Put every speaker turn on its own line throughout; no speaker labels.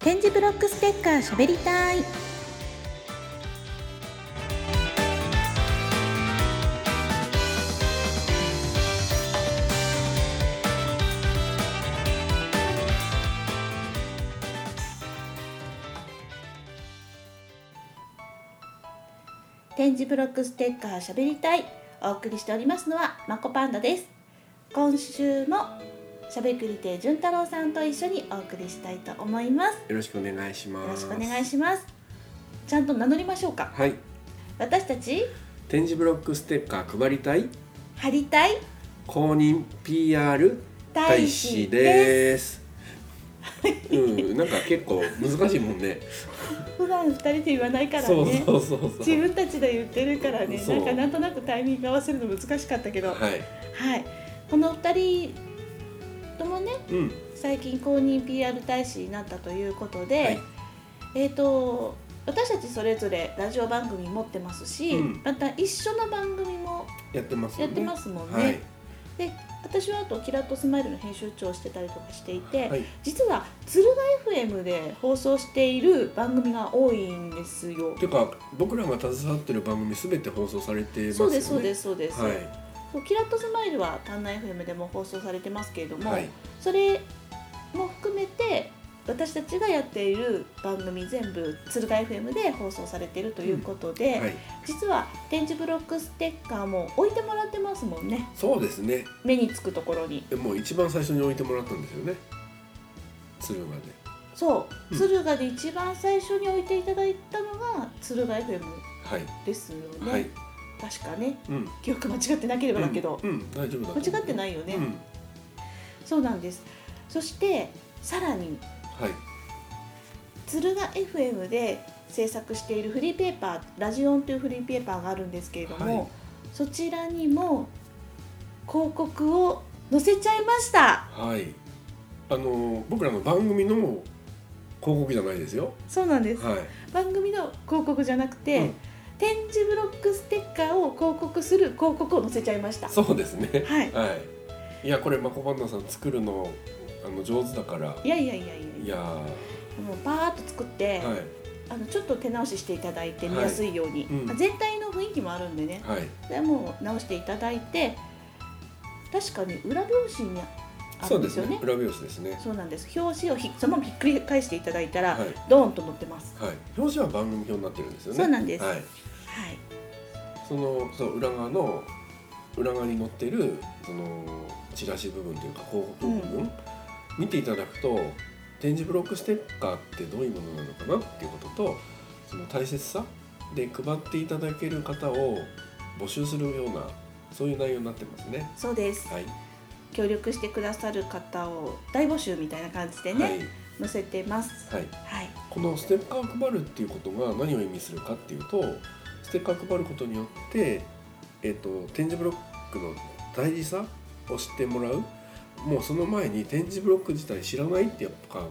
点字ブロックステッカーしゃべりたい点字ブロックステッカーしゃべりたいお送りしておりますのはまこパンダです今週もしゃべくり亭潤太郎さんと一緒にお送りしたいと思います
よろしくお願いし
よ
ま
ろ
す
しくお願いしますちゃんと名乗りましょうか
はい
私たち
展示ブロックステッカー配りたい
張りたい
公認 PR
大
大
使
使
で
ですうん、なんか結構難しいも んね
普段二人で言わないからね
そうそうそうそう
自分たちで言ってるからね
そ
な
うん
かなんとなくタイミング合わせるの難しかったけどはい、
はい
この二人ともね
うん
最近公認 PR 大使になったということで、
はい
えっ、と私たちそれぞれラジオ番組持ってますし、
うん
また一緒の番組も
やってます
や
よ
っ
ね
てますもんね、
はい
で私はあと「キラッとスマイル」の編集長をしてたりとかしていて、
はい
実は鶴ヶ FM で放送している番組が多いんですよ。
ていうか僕らが携わってる番組すべて放送されてます
そ
よ
う
ね
ですそうですすそうです。
は
そうキラッとスマイルは丹内 FM でも放送されてますけれど
い
も、
はい
それも含めて私たちがやっている番組全部鶴ヶ FM で放送されているということで、
はい
実は点字ブロックステッカーも置いてもらってますもんね
そうですね
目につくところに
でもう一番最初に置いてもらったんですよね鶴がね
そう、
うん
鶴ヶで一番最初に置いていただいたのが鶴ヶ FM
はい
ですよね、
はい
確かね
うん
記憶間違ってなければだけど、
うん、うん大丈夫だと思う
間違ってないよね
うん
そうなんですそしてさらに
はい
鶴ヶ FM で制作しているフリーペーパー「ラジオン」というフリーペーパーがあるんですけれども、
はい
そちらにも広告を載せちゃいました
はい。あの僕らの番組の広告じゃないですよ。
そうなんです、
はい。
番組の広告じゃなくて、
うん
点字ブロックステッカーを広告する広告を載せちゃいました
そうですね。
はい
はい。いやこれマコバンナさん作るのあの上手だから。
いやいやいやいや
いやーは
もうパーッと作って、
い
あのちょっと手直ししていただいて見やすいように、
はいうん
あ全体の雰囲気もあるんでね、
はい。
でもう直していただいて確かに裏表紙にあ
そ
る
うんで
です
す
よ
ね
ね。
裏表紙ですね。
そうなんです表紙をひそのままひっくり返していただいたら、
はい
ドーンと載ってます
はい。表紙は番組表になってるんですよね。
そうなんです
はい。
はい
そのそう裏側の裏側に載ってるそのチラシ部分というか広告部分、
う
見ていただくと点字ブロックステッカーってどういうものなのかなっていうこととその大切さで配っていただける方を募集するようなそういう内容になってますね。
そうです
はい。
協力してくださる方を大募集みたいな感じでね、
はい。
載せてます
はい。
はい
このステッカーを配るっていうことが何を意味するかっていうとステッカーを配ることによって、えっと点字ブロックの大事さを知ってもらうもうその前に点字ブロック自体知らないってやっぱあの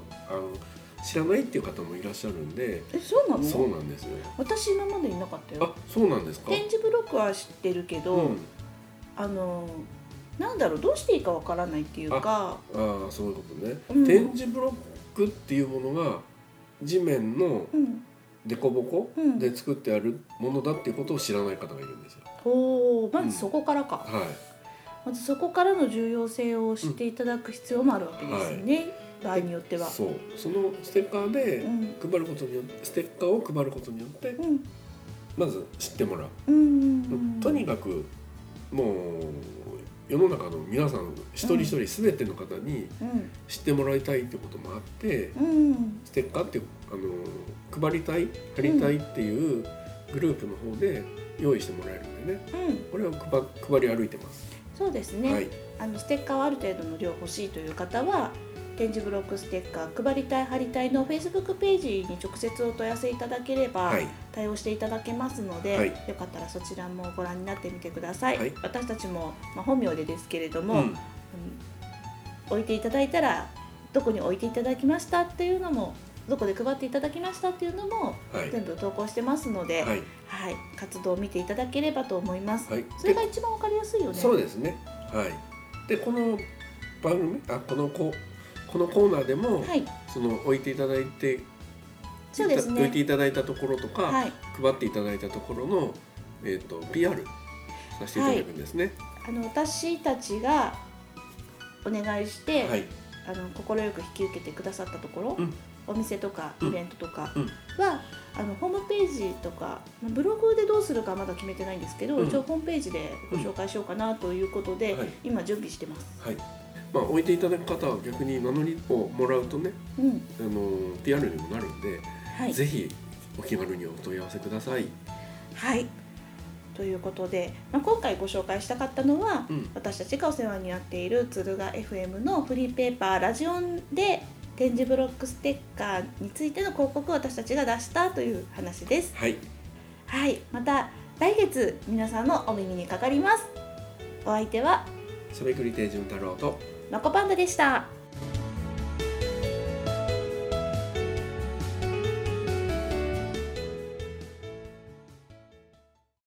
知らないっていう方もいらっしゃるんで
えそうなの
そうなんですよ
私今までいなかった
あ
よ
そうなんですか
点字ブロックは知ってるけど、
うん、
あのなんだろうどうしていいかわからないっていうか
ああそういうことね、
うん
点字ブロックっていうものが地面の
うん
凸凹
うん
で作ってあるものだっていうことを知らない方がいるんですよ、
おーま
うん
ずそこからか、
はい
まずそこからの重要性を知っていただく必要もあるわけですよね、場合によっては。
そうそのステッカーで
うん
配ることによってステッカーを配ることによって
うん
まず知ってもら
う
う、
ん
とにかくもう世の中の皆さん一人一人全ての方に
うん
知ってもらいたいってこともあって、
うん
ステッカーってあの配りたい貼りたいっていうグループの方で用意してもらえるんでね
うん、
これを配配り歩いてます、
そうですね、
はい
あのステッカーはある程度の量欲しいという方は点字ブロックステッカー配りたい貼りたいのフェイスブックページに直接お問い合わせいただければ
はい
対応していただけますので、
はい
よかったらそちらもご覧になってみてください、
はい
私たちも、まあ、本名でですけれど
う
も、
ん、
置いていただいたらどこに置いていただきましたっていうのもどこで配っていただきましたっていうのも
はい
全部投稿してますので、はい
はい、
活動を見ていただければと思います、
はい
それが一番わかりやすいよね
そうですね。はい。でこの番組あこのこうこのコーナーでも、
はい
その置いていただいて
そうです
置い
ね
ていただいたところとか、
はい
配っていただいたところの、えー、と PR させていただくんですね。
あの私たちがお願いして、
はい、
あの快く引き受けてくださったところ、
うん
お店とか
うん
イベントとかは、
うん
あのホームページとかまあブログでどうするかまだ決めてないんですけど、
うん
一応ホームページでご紹介しようかなということで、
はい
今準備してます。
はいまあ、置いていただく方は逆に名乗りをもらうとね、
うん、
あのー PR にもなるんで、
はい、
ぜひお気軽にお問い合わせください。
はい、ということで、まあ、今回ご紹介したかったのは、
うん
私たちがお世話になっている鶴ヶ FM のフリーペーパーラジオンで点字ブロックステッカーについての広告を私たちが出したという話です。
はい、
はい、また来月皆さんのお耳にかかります。お相手は
しゃべくり亭順太郎と
まこパンダでした。